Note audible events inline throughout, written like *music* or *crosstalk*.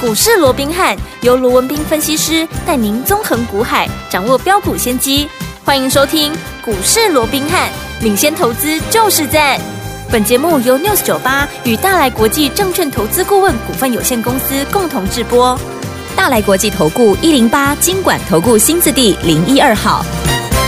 股市罗宾汉由罗文斌分析师带您纵横股海，掌握标股先机。欢迎收听股市罗宾汉，领先投资就是赞。本节目由 News 九八与大来国际证券投资顾问股份有限公司共同制播。大来国际投顾一零八金管投顾新字第零一二号。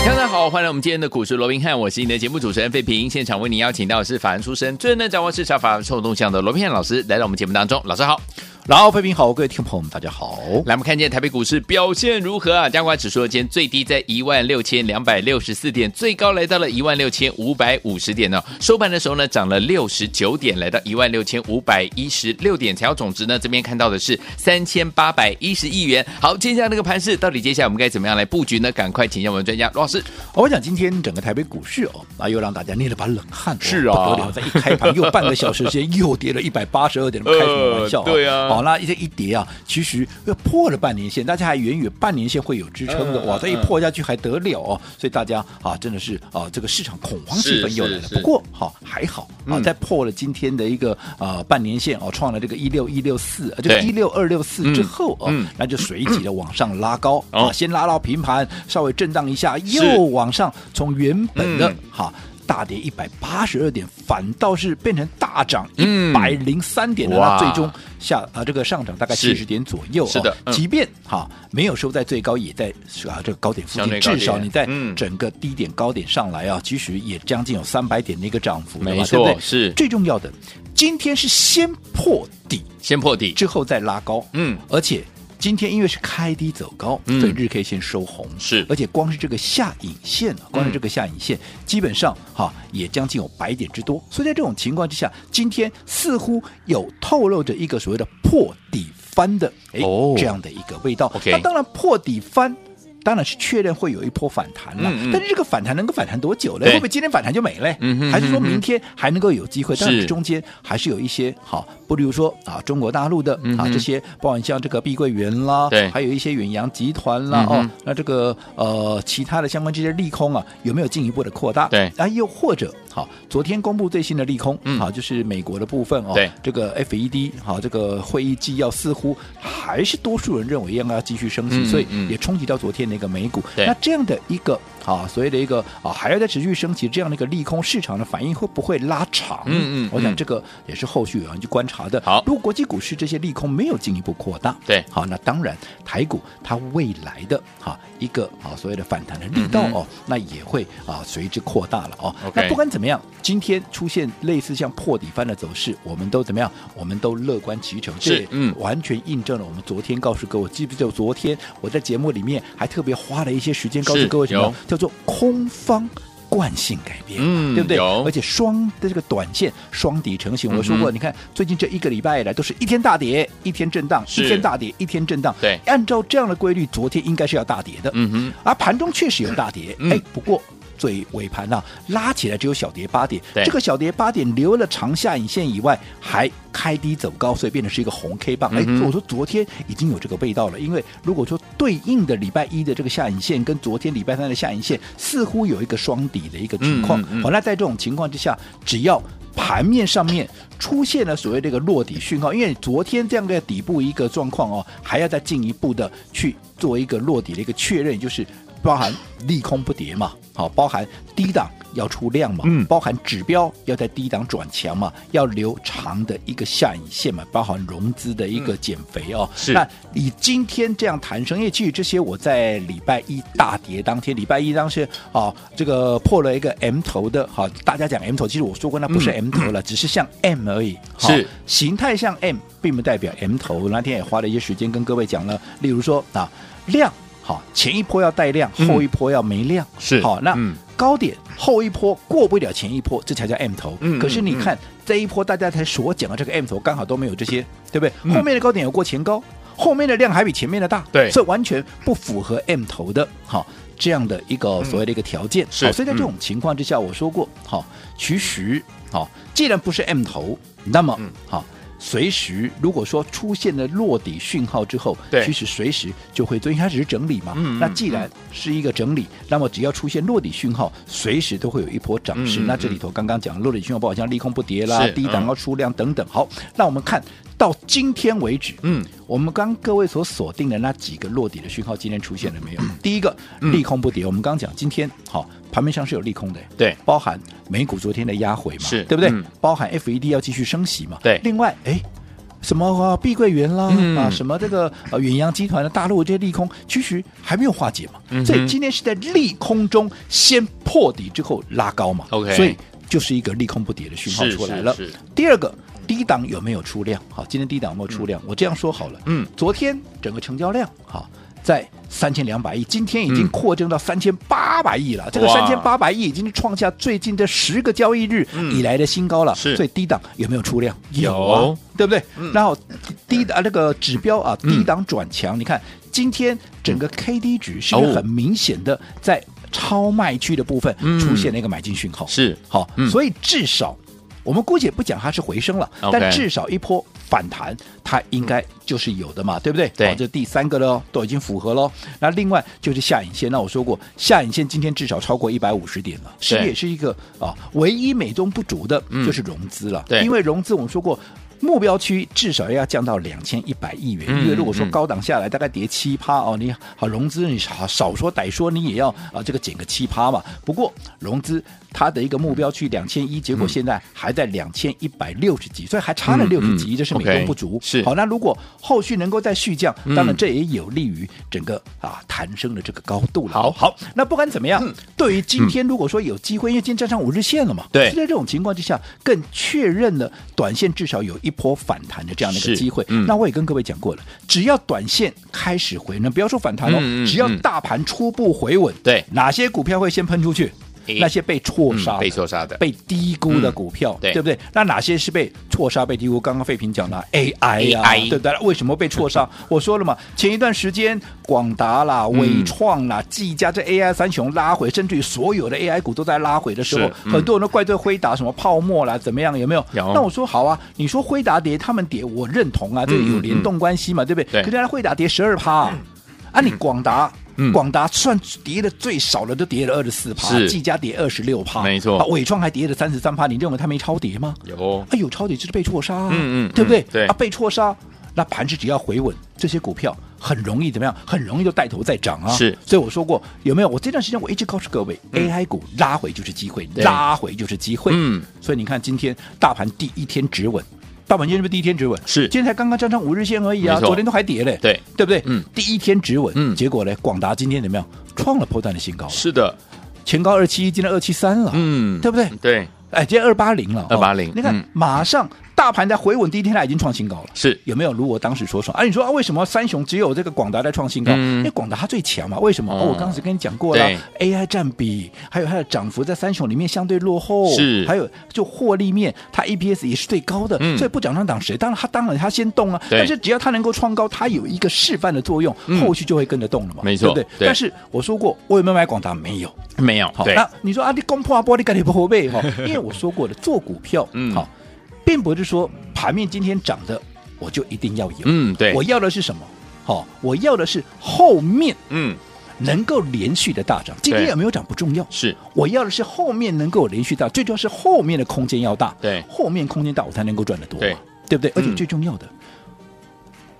大家好，欢迎来我们今天的股市罗宾汉，我是你的节目主持人费平。现场为您邀请到的是法案出身、最能掌握市场法案臭动向的罗宾汉老师，来到我们节目当中。老师好，然后，飞平好，各位听众朋友们，大家好。来我们看见台北股市表现如何啊？加权指数今天最低在一万六千两百六十四点，最高来到了一万六千五百五十点呢、哦收盘的时候呢，涨了六十九点，来到一万六千五百一十六点，成交总值呢这边看到的是三千八百一十亿元。好，接下来这个盘势到底接下来我们该怎么样来布局呢？赶快请教我们专家罗老师。我想今天整个台北股市哦，啊，又让大家捏了把冷汗，是啊哇不得了，在一开盘又半个小时时间又跌了一百八十二点，开什么玩笑、呃对啊好，那这一跌啊，其实又破了半年线，大家还远远半年线会有支撑的，嗯哇，这一嗯破下去还得了哦？所以大家啊，真的是啊，这个市场恐慌气是氛又来了是。是不过好、还好啊，嗯在破了今天的一个啊半年线哦，创了这个一六一六四，啊这个对一六二六四之后哦，嗯那就随即的往上拉高、哦啊，先拉到平盘，稍微震荡一下，是又往上，从原本的嗯哈。大跌一百八十二点，反倒是变成大涨一嗯百零三点的，哇那最终下啊这个上涨大概是七十点左右、哦。是的嗯即便哈没有收在最高，也在啊这个高点附相对近，高至点少你在嗯整个低点高点上来啊，其实也将近有三百点的一个涨幅了嘛，没错对不对是最重要的。今天是先破底，先破底，之后再拉高，嗯，而且今天因为是开低走高，嗯所以日 K 先收红，是嗯而且光是这个下影线啊，光是这个下影线，基本上哈也将近有百点之多，所以在这种情况之下，今天似乎有透露着一个所谓的破底翻的哎、哦这样的一个味道。 OK 那当然破底翻。当然是确认会有一波反弹了，嗯嗯但是这个反弹能够反弹多久呢？对会不会今天反弹就没了？嗯哼还是说嗯哼明天还能够有机会？但是是中间还是有一些好，不，例如说啊，中国大陆的嗯啊哼这些，包含像这个碧桂园啦，对还有一些远洋集团啦，嗯哦哼，那这个呃其他的相关这些利空啊，有没有进一步的扩大？对啊，又或者好，昨天公布最新的利空，嗯好，就是美国的部分哦，对这个 FED 好，这个会议纪要似乎还是多数人认为应该要继续升息，嗯所以嗯也冲击到昨天的一个美股。对那这样的一个啊，所谓的一个啊，还要再持续升级这样的一个利空市场的反应会不会拉长？嗯嗯我想嗯这个也是后续有人去观察的。好如果国际股市这些利空没有进一步扩大，对好，那当然台股它未来的哈、一个啊所谓的反弹的力道嗯哦，那也会啊随之扩大了哦。 OK 那不管怎么样，今天出现类似像破底翻的走势，我们都怎么样？我们都乐观其成，是这也嗯完全印证了我们昨天告诉各位，记不记得昨天我在节目里面还特别花了一些时间告是诉各位什么有叫做空方。惯性改变嘛，嗯对不对？有而且双的这个短线双底成型，我说过，嗯哼你看最近这一个礼拜以来都是一天大跌，一天震荡，是一天大跌，一天震荡。对按照这样的规律，昨天应该是要大跌的。嗯哼，而盘中确实有大跌，嗯哎，不过。最尾盘呐、拉起来只有小跌八点对，这个小跌八点留了长下影线以外，还开低走高，所以变成是一个红 K 棒。哎、嗯哼我说昨天已经有这个味道了，因为如果说对应的礼拜一的这个下影线跟昨天礼拜三的下影线似乎有一个双底的一个情况，啊嗯嗯嗯好，那在这种情况之下，只要盘面上面出现了所谓这个落底讯号，因为昨天这样的底部一个状况哦，还要再进一步的去做一个落底的一个确认，也就是包含利空不跌嘛，好，包含低档要出量嘛，嗯包含指标要在低档转强嘛，要留长的一个下影线嘛，包含融资的一个减肥哦。嗯是那以今天这样弹升，因为其实这些我在礼拜一大跌当天，礼拜一当时啊，这个破了一个 M 头的，哈、大家讲 M 头，其实我说过那不是 M 头了，只是像 M 而已，哈嗯是形态像 M，并不代表 M 头。那天也花了一些时间跟各位讲了，例如说啊，量。好，前一波要带量，嗯后一波要没量。是好，那嗯高点后一波过不了前一波，这才叫 M 头。嗯可是你嗯嗯看这一波大家才所讲的这个 M 头，刚好都没有这些，对不对？嗯后面的高点有过前高，后面的量还比前面的大，对所以完全不符合 M 头的好、这样的一个所谓的一个条件。是好所以在嗯这种情况之嗯下，我说过，好、其实好、既然不是 M 头，那么好、随时如果说出现了落底讯号之后，对其实随时就会做，因为它只是整理嘛。嗯嗯那既然是一个整理，那么只要出现落底讯号，随时都会有一波涨势。嗯嗯那这里头刚刚讲落底讯号，包括像利空不跌啦是、低档嗯要出量等等。好，那我们看到今天为止，嗯，我们刚各位所锁定的那几个落底的讯号，今天出现了没有？嗯第一个利空不跌，我们刚刚讲今天好盘面上是有利空的，对，包含美股昨天的压回嘛，是对不对？嗯包含 FED 要继续升息嘛，对另外，哎。什么啊，碧桂园啦、嗯啊，什么这个呃远洋集团的大陆这些利空，其实还没有化解嘛，嗯哼所以今天是在利空中先破底之后拉高嘛 OK 所以就是一个利空不跌的讯号是出来是了。是第二个，低档有没有出量？好，今天低档有没有出量？我这样说好了，嗯，昨天整个成交量好在三千两百亿，今天已经嗯扩增到三千八百亿了。这个哇三千八百亿已经创下最近这十个交易日以来的新高了。嗯是所以低档有没有出量？有啊对不对？然后低啊那个指标啊，嗯低档转强，你看今天整个 K D 值是一哦个很明显的在超卖区的部分嗯出现了一个买进讯号。是好，嗯所以至少我们姑且不讲它是回升了 OK 但至少一波反弹它应该就是有的嘛，对不对？对好这第三个喽，都已经符合喽。那另外就是下影线，那我说过下影线今天至少超过一百五十点了，对这也是一个啊唯一美中不足的嗯就是融资了，对因为融资我们说过。目标区至少要降到两千一百亿元，嗯因为如果说嗯高档下来大概跌七趴哦，你好融资你少少说歹说你也要啊这个减个七趴嘛。不过融资它的一个目标去两千一，结果现在还在两千一百六十几，所以还差了嗯六十嗯几亿，这是美 OK，中不足。是好，那如果后续能够再续降，当嗯然这也有利于整个啊弹升的这个高度了。好好，那不管怎么嗯样，对于今天如果说有机会，因为今天站上五日线了嘛，对所以在这种情况之下，更确认了短线至少有一波反弹的这样的一是个机会。嗯那我也跟各位讲过了，只要短线开始回呢，不要说反弹哦，嗯嗯只要嗯大盘初步回稳，对哪些股票会先喷出去？诶那些被错嗯杀的、被错杀的嗯被低估的股票，对对不对？那哪些是被错杀、被低估？刚刚废平讲了 AI 呀、 AI 对不对？为什么被错杀？我说了嘛，前一段时间广达啦、嗯伟创啦、技嘉这 AI 三雄拉回，甚至于所有的 AI 股都在拉回的时候是，嗯很多人都怪罪辉达什么泡沫啦，怎么样？有没有？有那我说好啊，你说辉达跌，他们跌，我认同啊，这个嗯有嗯联动关系嘛，对不对对？可是人家辉达跌十二趴啊，啊你广达。嗯广达算跌的最少的，都跌了二十四趴，是技嘉跌二十六趴，没错啊伟创还跌了三十三趴，你认为它没超跌吗？有啊，有抄底就是被错杀、啊，嗯嗯嗯对不对？对啊，被错杀，那盘是只要回稳，这些股票很容易怎么样？很容易就带头再涨啊。是嗯所以我说过，有没有？我这段时间我一直告诉各位、a i 股拉回就是机会，对拉回就是机会。嗯，所以你看今天大盘第一天止稳。大盘今天是不是第一天止稳？是今天才刚刚站上五日线而已啊没，错昨天都还跌嘞，对对不对？嗯，第一天止稳，嗯结果呢，广达今天怎么样？创了破断的新高了，是的，前高二七一，今天二七三了，嗯，对不对？对，哎，今天二八零了， 280哦你看嗯马上大盘在回稳第一天，它已经创新高了。是有没有如我当时所说啊？你说啊，为什么三雄只有这个广达在创新高？嗯因为广达它最强嘛。为什么？哦哦，我当时跟你讲过了，AI 占比，还有它的涨幅在三雄里面相对落后，是还有就获利面，它 EPS 也是最高的，嗯所以不涨上涨谁？当然它当然它先动啊，对但是只要它能够创高，它有一个示范的作用，嗯后续就会跟着动了嘛，没错对不对对？但是我说过，我有没有买广达？没有。没有，好，对，那你说啊，你攻破玻璃盖你不后 *laughs* 背哈？因为我说过了，做股票，嗯好，并不是说盘面今天涨的我就一定要有，嗯，对，我要的是什么？好、我要的是后面嗯能够连续的大涨。今天对有没有涨不重要，是我要的是后面能够连续大，最重要是后面的空间要大。对后面空间大，我才能够赚得多嘛，对对不对？而且嗯最重要的，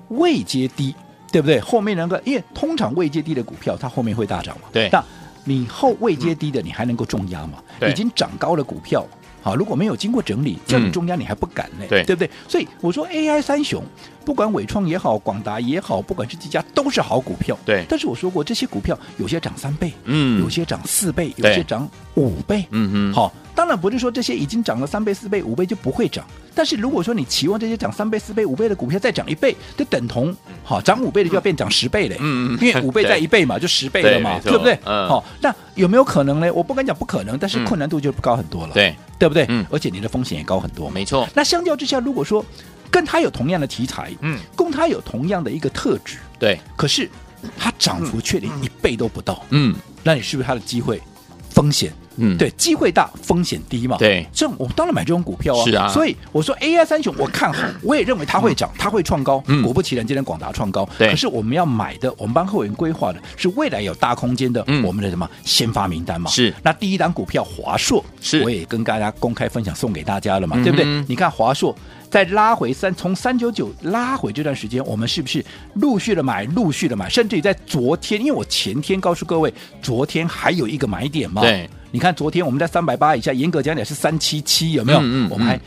位阶低，对不对？后面能够，因为通常位阶低的股票，它后面会大涨嘛。对那你后位阶低的，你还能够重压嘛？对已经涨高的股票。好，如果没有经过整理，叫你中压你还不敢呢、对对不对？所以我说 AI 三雄，不管伟创也好，广达也好，不管是技嘉，都是好股票。对但是我说过，这些股票有些涨三倍，嗯有些涨四倍，有对些涨五倍，嗯哼好，当然不是说这些已经涨了三倍、四倍、五倍就不会涨，但是如果说你期望这些涨三倍、四倍、五倍的股票再涨一倍，就等同好涨五倍的就要变涨十倍嘞，嗯嗯嗯因为五倍 *laughs* 对再一倍嘛，就十倍了对嘛，没错对不对？嗯好，那有没有可能呢？我不敢讲不可能，但是嗯困难度就高很多了，对，对不对？嗯而且你的风险也高很多嘛。没错，那相较之下，如果说跟它有同样的题材，嗯，跟它有同样的一个特质，对，可是它涨幅却连一倍都不到，嗯，那你是不是它的机会风险嗯对，机会大，风险低嘛。对这种我当然买这种股票啊。是啊所以我说 AI 三雄我看好，我也认为它会涨，它会创高。嗯果不其然，今天广达创高。对可是我们要买的，我们帮会员规划的是未来有大空间的，嗯我们的什么先发名单嘛。是那第一档股票华硕，是我也跟大家公开分享送给大家了嘛，嗯哼对不对？你看华硕在拉回三，从三九九拉回这段时间，我们是不是陆续的买，陆续的买，甚至于在昨天，因为我前天告诉各位，昨天还有一个买点嘛。对，你看昨天我们在三百八以下，严格讲起来是三七七，有没有？嗯嗯我们还嗯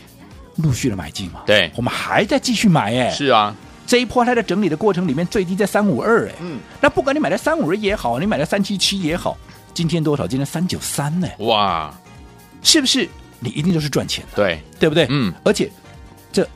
陆续的买进嘛。对我们还在继续买哎。是啊，这一波它在整理的过程里面，最低在三五二哎。嗯。那不管你买在三五二也好，你买在三七七也好，今天多少？今天三九三呢，哇，是不是？你一定都是赚钱的。对，对不对？嗯，而且这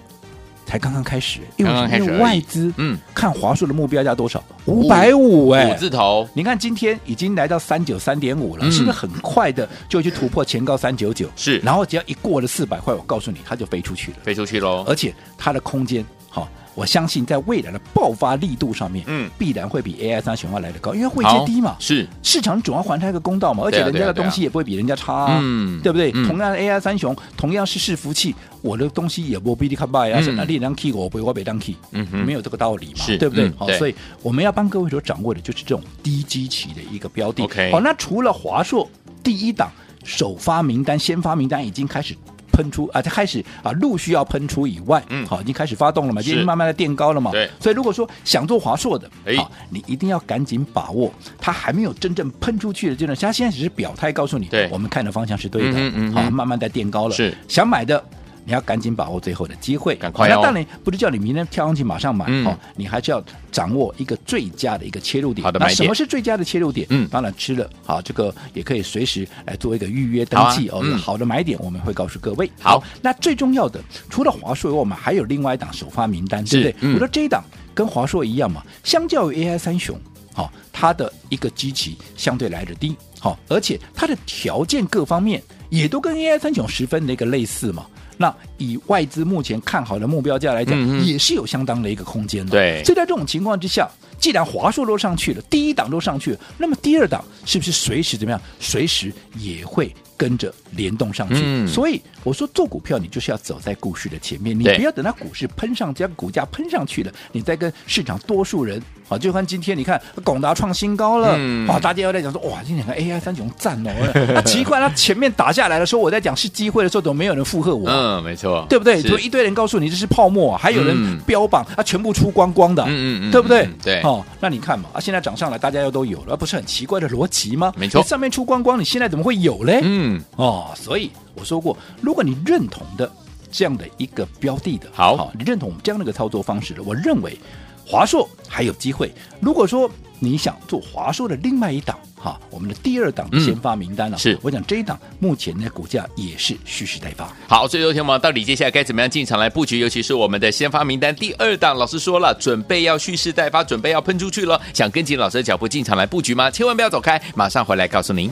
才刚刚开始，因为刚刚开始因为而已外资嗯，看华硕的目标价多少？五百五哎五。字头，你看，今天已经来到三九三点五了，嗯是不是很快的就去突破前高三九九？是然后只要一过了四百块，我告诉你，它就飞出去了。飞出去喽，而且它的空间好。我相信在未来的爆发力度上面，嗯必然会比 AI 三雄要来得高，因为会好阶低嘛，是市场总要还他一个公道嘛，而且对啊人家对啊的对啊东西也不会比人家差、啊，嗯对不对？嗯同样的 AI 三雄，同样是伺服器，我的东西也不比你卡拜啊，嗯是哪里当 key 我不会我被当 key，嗯哼没有这个道理嘛是，对不对嗯？好，对所以我们要帮各位所掌握的就是这种低基期的一个标的。 OK 好，那除了华硕第一档首发名单、先发名单已经开始。喷出啊，它开始啊，陆续要喷出以外，嗯好，已经开始发动了嘛，是已经慢慢的垫高了嘛，对所以如果说想做华硕的，哎好，你一定要赶紧把握，它还没有真正喷出去的阶段，它现在只是表态告诉你，对我们看的方向是对的，嗯哼嗯哼好，慢慢在垫高了，是想买的。你要赶紧把握最后的机会，赶快哦那当然不是叫你明天跳上去马上买、嗯哦，你还是要掌握一个最佳的一个切入点。好的那买点什么是最佳的切入点？嗯当然吃了好，这个也可以随时来做一个预约登好啊记、哦。嗯好的买点我们会告诉各位。好那最重要的除了华硕以外，我们还有另外一档首发名单，对不是对？嗯我说这一档跟华硕一样嘛，相较于 AI 三雄，好、它的一个基期相对来的低，好、而且它的条件各方面也都跟 AI 三雄十分的一个类似嘛。那以外资目前看好的目标价来讲，嗯嗯也是有相当的一个空间的。对所以在这种情况之下，既然华硕都上去了，第一档都上去了，那么第二档是不是随时怎么样？随时也会跟着联动上去。嗯所以我说做股票，你就是要走在股市的前面，你对不要等到股市喷上，将股价喷上去了，你再跟市场多数人。好，就看今天你看广达创新高了，嗯哇，大家又在讲说，哇，今天看 AI 三雄赞 *laughs* 哦，那奇怪，他前面打下来的时候，我在讲是机会的时候，怎么没有人附和我啊？嗯，没错，对不对？是就一堆人告诉你这是泡沫啊，还有嗯人标榜、啊，全部出光光的，嗯嗯嗯对不对嗯？对哦，那你看嘛，啊，现在涨上来，大家又都有了，不是很奇怪的逻辑吗？没错你上面出光光，你现在怎么会有嘞？嗯，哦，所以我说过，如果你认同的这样的一个标的的，好你认同我们这样的一个操作方式的，我认为华硕还有机会。如果说你想做华硕的另外一档，哈，我们的第二档的嗯先发名单了、啊是我讲这一档目前的股价也是蓄势待发。好，所以有天们到底接下来该怎么样进场来布局？尤其是我们的先发名单第二档，老师说了，准备要蓄势待发，准备要喷出去了。想跟紧老师的脚步进场来布局吗？千万不要走开，马上回来告诉您。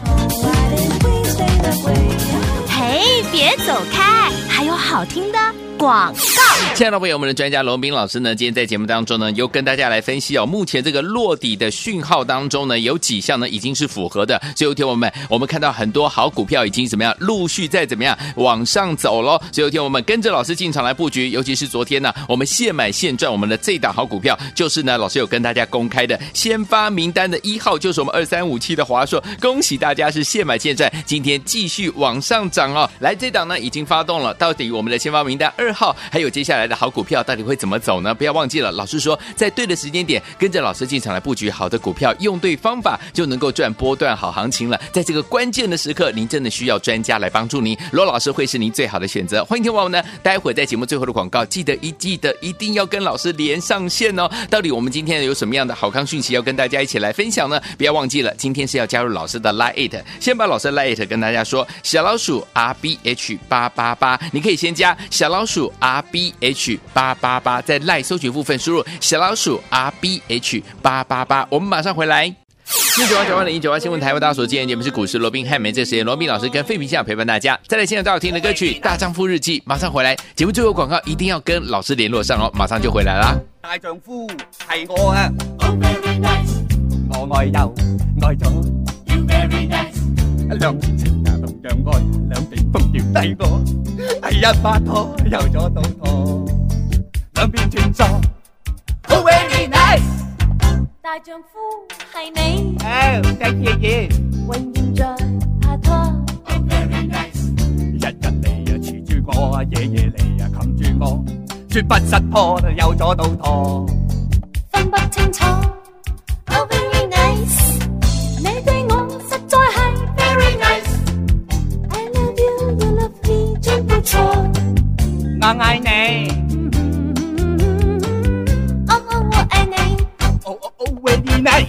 嘿，别走开，还有好听的广告。亲爱的朋友们，我们的专家龙斌老师呢，今天在节目当中呢，又跟大家来分析哦，目前这个落底的讯号当中呢，有几项呢已经是符合的，所以有天我们我们看到很多好股票已经怎么样，陆续在怎么样往上走喽。所以有天我们跟着老师进场来布局，尤其是昨天呢，我们现买现赚，我们的这档好股票就是呢，老师有跟大家公开的先发名单的一号就是我们二三五七的华硕，恭喜大家是现买现赚，今天继续往上涨哦。来，这档呢已经发动了，到底我们的先发名单二号还有接下来的好股票到底会怎么走呢？不要忘记了，老师说在对的时间点跟着老师进场来布局好的股票，用对方法就能够赚波段好行情了。在这个关键的时刻，您真的需要专家来帮助您，罗老师会是您最好的选择。欢迎听众朋友们呢，待会儿在节目最后的广告，记得一记得一定要跟老师连上线哦。到底我们今天有什么样的好康讯息要跟大家一起来分享呢？不要忘记了，今天是要加入老师的 Line It，先把老师的 Line It 跟大家说，小老鼠 R B H 八八八，你可以先加小老鼠 R B H 八八八，在 Line 搜寻部分输入小老鼠 R B H 八八八，我们马上回来。一九八九万零一九八新闻台为大家所见，节目是股市罗宾汉梅，这时间罗宾老师跟费平相陪伴大家。再来欣赏到听的歌曲《大丈夫日记》，马上回来。节目最后广告一定要跟老师联络上哦，马上就回来啦。大丈夫系我啊！我愛憂愛憎，良情啊，讓我兩邊風調低我，係一把拖右咗倒拖，兩邊穿梭好 Oh, very nice。大丈夫係你， Oh, thank you, you. 永遠在拍拖。 Oh, very nice。日日你啊黐住我，夜夜你啊冚住我，絕不失拖右咗倒拖。分不清楚。Oh very nice，你對我實在係 very nice。I love you, you love me，真不錯。我愛你。哦哦，我愛你。 Oh, oh, oh, very nice。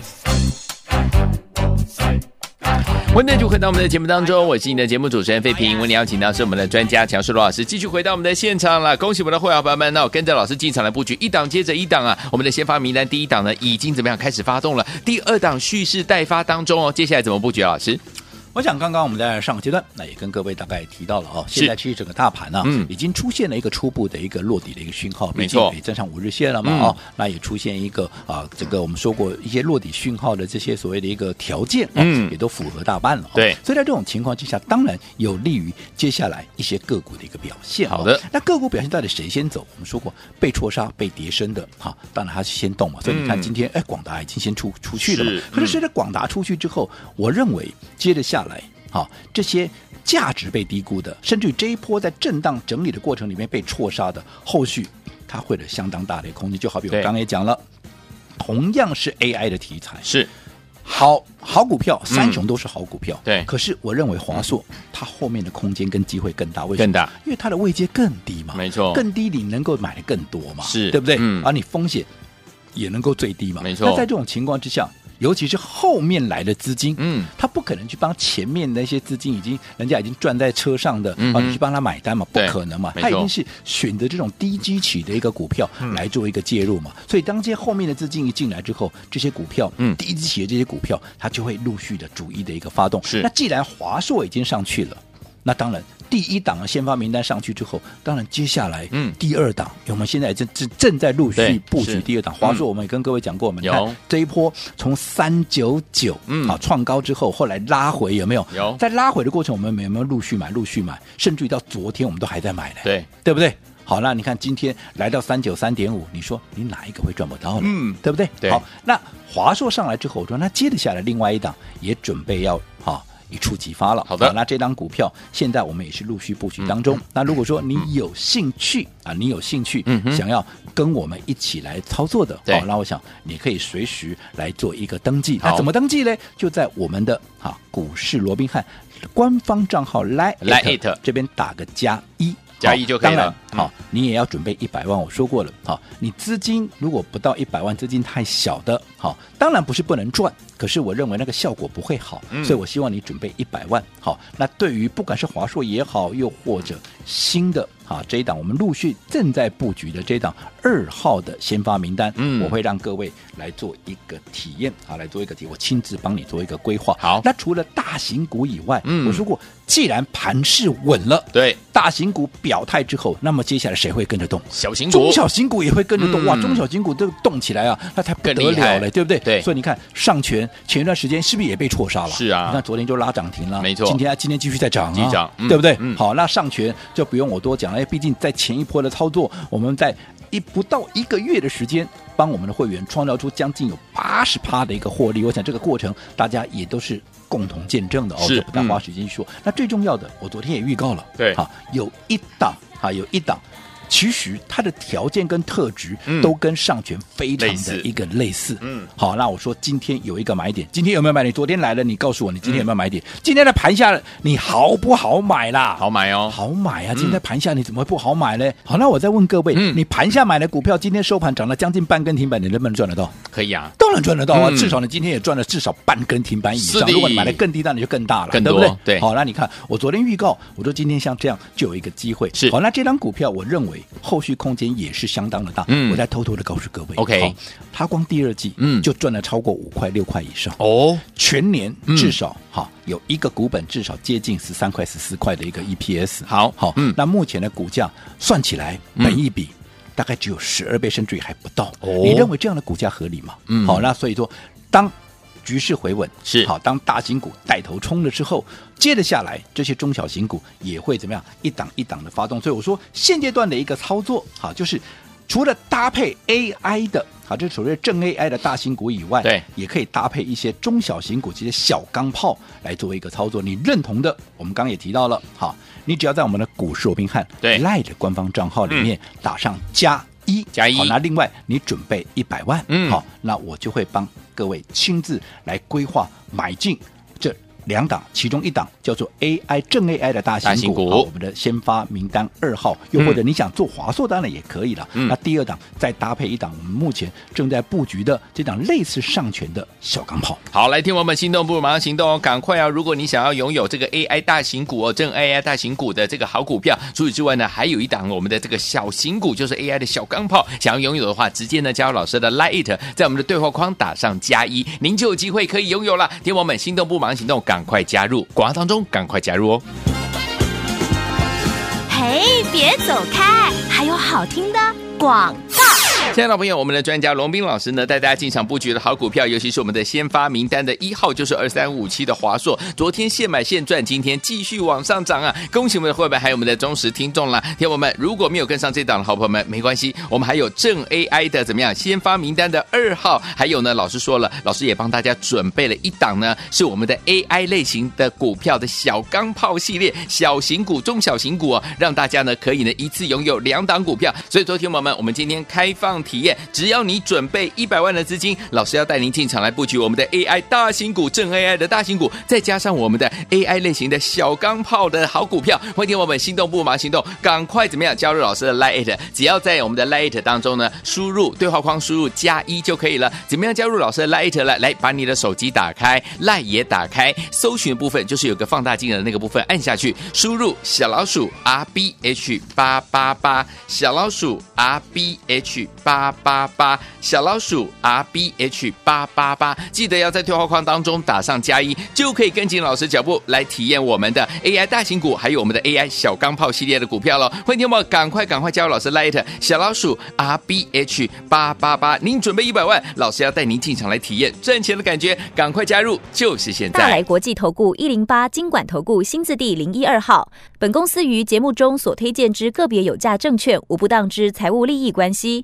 欢迎继续回到我们的节目当中，我是你的节目主持人费平。为你邀请到是我们的专家强叔罗老师，继续回到我们的现场了。恭喜我们的会员朋友们，那我跟着老师进场来布局，一档接着一档啊。我们的先发名单第一档呢已经怎么样开始发动了，第二档蓄势待发当中哦。接下来怎么布局啊，老师？我想刚刚我们在上个阶段，那也跟各位大概提到了哦，是现在其实整个大盘呢、啊嗯已经出现了一个初步的一个落底的一个讯号，没错毕竟也站上五日线了嘛嗯哦，那也出现一个啊，这个我们说过一些落底讯号的这些所谓的一个条件，哦、嗯也都符合大半了、哦，对所以在这种情况之下，当然有利于接下来一些个股的一个表现、哦。好的那个股表现到底谁先走？我们说过被错杀、被跌升的，哈、当然它是先动嘛，所以你看嗯今天，哎、广达已经先出出去了嘛是，可是嗯随着广达出去之后，我认为接着下来，好、这些价值被低估的，甚至于这一波在震荡整理的过程里面被错杀的，后续它会有相当大的一个空间。就好比我对刚刚也讲了，同样是 AI 的题材，是好好股票，三雄都是好股票，嗯对可是我认为华硕它后面的空间跟机会更大，为什么？更大，因为它的位阶更低嘛，没错更低你能够买的更多嘛，是对不对？嗯而你风险也能够最低嘛，没错那在这种情况之下，尤其是后面来的资金，嗯，他不可能去帮前面那些资金已经人家已经赚在车上的，嗯哼啊，你去帮他买单嘛，不对可能嘛，没他一错定是选择这种低基企的一个股票来做一个介入嘛，所以当这些后面的资金一进来之后，这些股票，嗯低基企的这些股票，它就会陆续的逐一的一个发动。是那既然华硕已经上去了，那当然。第一档的先发名单上去之后，当然接下来，嗯第二档，我们现在正正正在陆对续布是局第二档。华嗯硕我们也跟各位讲过，我们有看这一波从三九九，嗯好创高之后，后来拉回有没有？有在拉回的过程，我们有没有陆续买？陆续买，甚至于到昨天我们都还在买呢，对，对不对？好，那你看今天来到三九三点五，你说你哪一个会赚不到呢？嗯对不对？对好，那华硕上来之后，我说那接着下来另外一档也准备要哈、一触即发了。好的嗯那这档股票现在我们也是陆续布局当中。那如果说你有兴趣、啊，你有兴趣、嗯哼想要跟我们一起来操作的，对好那我想你可以随时来做一个登记。好那怎么登记呢？就在我们的哈、股市罗宾汉官方账号 Lite Lite 这边打个加一。加好一就可以当然了嗯好，你也要准备一百万，我说过了。好，你资金如果不到一百万，资金太小的，好，当然不是不能赚，可是我认为那个效果不会好，嗯所以我希望你准备一百万。好，那对于不管是华硕也好，又或者新的啊这一档，我们陆续正在布局的这一档二号的先发名单，嗯我会让各位来做一个体验啊，来做一个体，我亲自帮你做一个规划。好那除了大型股以外，嗯我说过，既然盘势稳了。对，大型股表态之后，那么接下来谁会跟着动？小型股中小型股也会跟着动、嗯哇！中小型股都动起来啊，那才不更得厉害了嘞，对不对？对所以你看上权前一段时间是不是也被错杀了？是啊你看昨天就拉涨停了，没错今天它今天继续在涨继续啊，涨嗯对不对？嗯好，那上权就不用我多讲了，因为哎毕竟在前一波的操作，我们在一不到一个月的时间。帮我们的会员创造出将近有八十趴的一个获利，我想这个过程大家也都是共同见证的哦，是就不大花嗯时间去说。那最重要的，我昨天也预告了，对好，有一档啊，有一档，其实它的条件跟特质嗯都跟上权非常类似的一个类似。嗯，好，那我说今天有一个买点，今天有没有买点？昨天来了，你告诉我你今天有没有买点？今天的盘下你好不好买啦？嗯好买哦，好买啊！今天盘下你怎么会不好买呢？好，那我再问各位，嗯你盘下买的股票，今天收盘涨了将近半根停板，你能不能赚得到？可以啊，当然赚得到啊，嗯至少你今天也赚了至少半根停板以是上。的如果你买的更低，那你就更大了，更对不多对？对好，那你看，我昨天预告，我说今天像这样就有一个机会。是好，那这张股票，我认为后续空间也是相当的大。嗯我再偷偷的告诉各位 OK 好它光第二季，嗯就赚了超过五块六块以上。哦，全年嗯至少哈、有一个股本至少接近十三块十四块的一个 EPS，好好，嗯那目前的股价算起来，嗯本一比。大概只有十二倍，甚至于还不到。哦你认为这样的股价合理吗？嗯好，那所以说，当局势回稳，是好，当大型股带头冲了之后，接着下来这些中小型股也会怎么样一档一档的发动。所以我说现阶段的一个操作，好，就是除了搭配 AI 的。好，这所谓正 AI 的大型股以外，对也可以搭配一些中小型股，这些小钢炮来作为一个操作。你认同的，我们刚刚也提到了，好，你只要在我们的股市罗宾汉对嗯赖的官方账号里面打上加一、加一好，那另外你准备一百万，嗯好，那我就会帮各位亲自来规划买进这两档，其中一档叫做 AI 正 AI 的大型股，大型股好我们的先发名单二号，又或者你想做华硕，当然也可以了。嗯那第二档再搭配一档我们目前正在布局的这档类似上权的小钢炮。好，来，听我们心动不如马上行动哦，赶快啊！如果你想要拥有这个 AI 大型股哦，正 AI 大型股的这个好股票，除此之外呢，还有一档我们的这个小型股，就是 AI 的小钢炮，想要拥有的话，直接呢加入老师的 Lite，在我们的对话框打上加一，您就有机会可以拥有了。听我们心动不如马上行动，赶快加入广告当中，赶快加入哦。嘿，别走开，还有好听的广告。亲爱的朋友我们的专家龙斌老师呢，带大家进场布局的好股票，尤其是我们的先发名单的一号，就是二三五七的华硕，昨天现买现赚，今天继续往上涨啊！恭喜我们的会员，还有我们的忠实听众啦！听友们，如果没有跟上这档的好朋友们，没关系，我们还有正 AI 的怎么样？先发名单的二号，还有呢，老师说了，老师也帮大家准备了一档呢，是我们的 AI 类型的股票的小钢炮系列，小型股、中小型股哦，让大家呢可以呢一次拥有两档股票。所以，昨天我们我们今天开放体验，只要你准备一百万的资金，老师要带您进场来布局我们的 AI 大型股、正 AI 的大型股，再加上我们的 AI 类型的小钢炮的好股票。欢迎我们心动不忙行动，赶快怎么样加入老师的 Lite？只要在我们的 Lite 当中呢，输入对话框输入加一就可以了。怎么样加入老师的 Lite 来？来，把你的手机打开，Lite 也打开，搜寻部分就是有个放大镜的那个部分，按下去，输入小老鼠 R B H 八八八，小老鼠 R B H 八八八，小老鼠 R B H 八八八，记得要在对话框当中打上加一，就可以跟紧老师脚步来体验我们的 AI 大型股，还有我们的 AI 小钢炮系列的股票了。欢迎听众朋友们赶快赶快加入老师 Light 小老鼠 R B H 八八八，您准备一百万，老师要带您进场来体验赚钱的感觉，赶快加入，就是现大在。来国际投顾一零八金管投顾新字第零一二号。本公司于节目中所推荐之个别有价证券，无不当之财务利益关系。